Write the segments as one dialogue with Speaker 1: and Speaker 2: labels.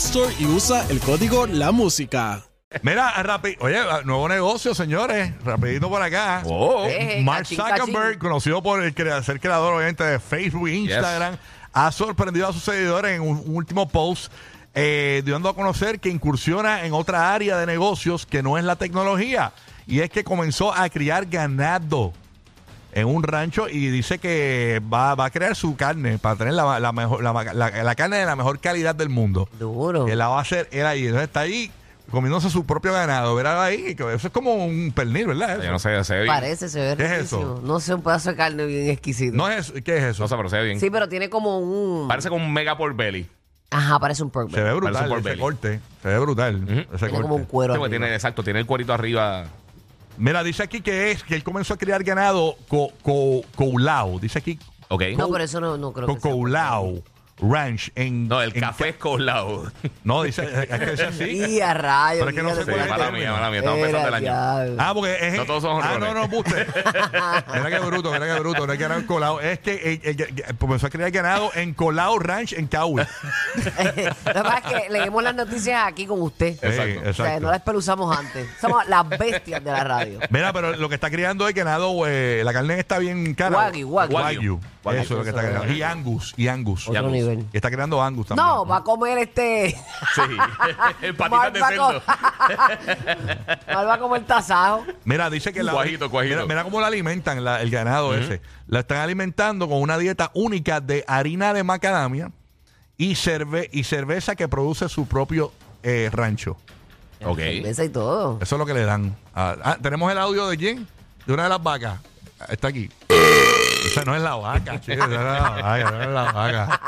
Speaker 1: Store y usa el código La Música.
Speaker 2: Mira, rapi- oye, ah, nuevo negocio, señores. Rapidito por acá.
Speaker 3: Oh.
Speaker 2: Eh, Mark
Speaker 4: cachín, cachín.
Speaker 2: Zuckerberg, conocido por el crea- ser creador obviamente de Facebook e Instagram, ha sorprendido a sus seguidores en un, un último post, eh, dando a conocer que incursiona en otra área de negocios que no es la tecnología. Y es que comenzó a criar ganado en un rancho y dice que va, va a crear su carne para tener la, la mejor, la, la- la carne de la mejor calidad del mundo.
Speaker 4: Duro.
Speaker 2: Que la va a hacer él ahí. Entonces está ahí comiéndose su propio ganado. Verá ahí, que eso es como un pernil, ¿verdad? Eso.
Speaker 3: Yo no sé, se ve bien.
Speaker 4: Parece, se ve
Speaker 2: ¿Qué es
Speaker 4: riquísimo.
Speaker 2: eso?
Speaker 4: No sé, un pedazo de carne bien exquisito.
Speaker 2: No es eso. ¿Qué es eso?
Speaker 3: No sé, pero se ve bien.
Speaker 4: Sí, pero tiene como un...
Speaker 3: Parece como un mega por belly.
Speaker 4: Ajá, parece un pork
Speaker 2: se
Speaker 4: belly.
Speaker 2: ve
Speaker 3: Parece
Speaker 2: brutal
Speaker 3: un
Speaker 2: ese
Speaker 3: pork belly.
Speaker 2: corte. Se ve brutal ese
Speaker 4: Tiene como un
Speaker 2: corte.
Speaker 4: cuero
Speaker 3: Sí, porque
Speaker 4: arriba.
Speaker 3: tiene, exacto, tiene el cuerito arriba.
Speaker 2: Mira, dice aquí que es que él comenzó a criar ganado co- co- coulao. Dice aquí
Speaker 3: Ok.
Speaker 4: No, pero eso no, no creo
Speaker 2: co-
Speaker 4: que sea. pues,
Speaker 2: coulao ranch en
Speaker 3: No, el
Speaker 2: en
Speaker 3: café es colado.
Speaker 2: ca- No, dice es que dice así.
Speaker 4: Y a rayos.
Speaker 2: Pero es que no
Speaker 4: mira,
Speaker 2: se
Speaker 3: Sí,
Speaker 4: te
Speaker 2: puede
Speaker 4: pones-
Speaker 3: mala mía, mala mía. Estamos
Speaker 4: Era
Speaker 3: empezando el año.
Speaker 4: diablo.
Speaker 2: Ah, porque es.
Speaker 3: No todos son
Speaker 2: ah,
Speaker 3: horrores.
Speaker 2: no, no, buste. mira qué bruto, mira qué bruto. No es que era colado. Es que eh, eh, eh, comenzó a criar ganado en Colao Ranch en Cowell.
Speaker 4: Lo que pasa es que leemos las noticias aquí con usted.
Speaker 2: Eh,
Speaker 3: Exacto.
Speaker 4: O sea, no las peluzamos antes. Somos las bestias de la radio.
Speaker 2: Mira, pero lo que está criando es ganado, eh, la carne está bien cara.
Speaker 4: Wagyu, wagyu.
Speaker 2: Wagyu.
Speaker 3: Wagyu.
Speaker 2: Eso es lo que está
Speaker 4: Eso,
Speaker 2: creando. Y Angus, y Angus.
Speaker 4: Otro
Speaker 3: Ya, pues.
Speaker 4: nivel.
Speaker 2: Y está creando Angus también.
Speaker 4: No, va a comer este.
Speaker 3: Sí. el patitas de
Speaker 4: Mark va
Speaker 3: cerdo.
Speaker 4: a co- Mark va a comer tasajo.
Speaker 2: Mira, dice que la.
Speaker 3: Guajito, guajito.
Speaker 2: Mira, mira cómo la alimentan la- el ganado ese. La están alimentando con una dieta única de harina de macadamia y, cerve- y cerveza que produce su propio eh, rancho.
Speaker 3: Ok.
Speaker 4: Cerveza y todo.
Speaker 2: Eso es lo que le dan. Ah, ah, ¿Tenemos el audio de quién? De una de las vacas. Ah, Está aquí. Esa no es la vaca, chicos. Esa no es la vaca. No es la vaca.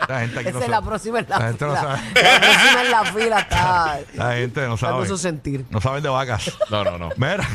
Speaker 2: Esta gente aquí no
Speaker 4: Esa es
Speaker 2: sabe.
Speaker 4: la próxima en la,
Speaker 2: La gente
Speaker 4: fila.
Speaker 2: no sabe.
Speaker 4: La próxima en la fila está.
Speaker 2: La gente no
Speaker 4: dando su
Speaker 2: sabe.
Speaker 4: sentir.
Speaker 2: No saben de vacas.
Speaker 3: No, no, no.
Speaker 2: Mira,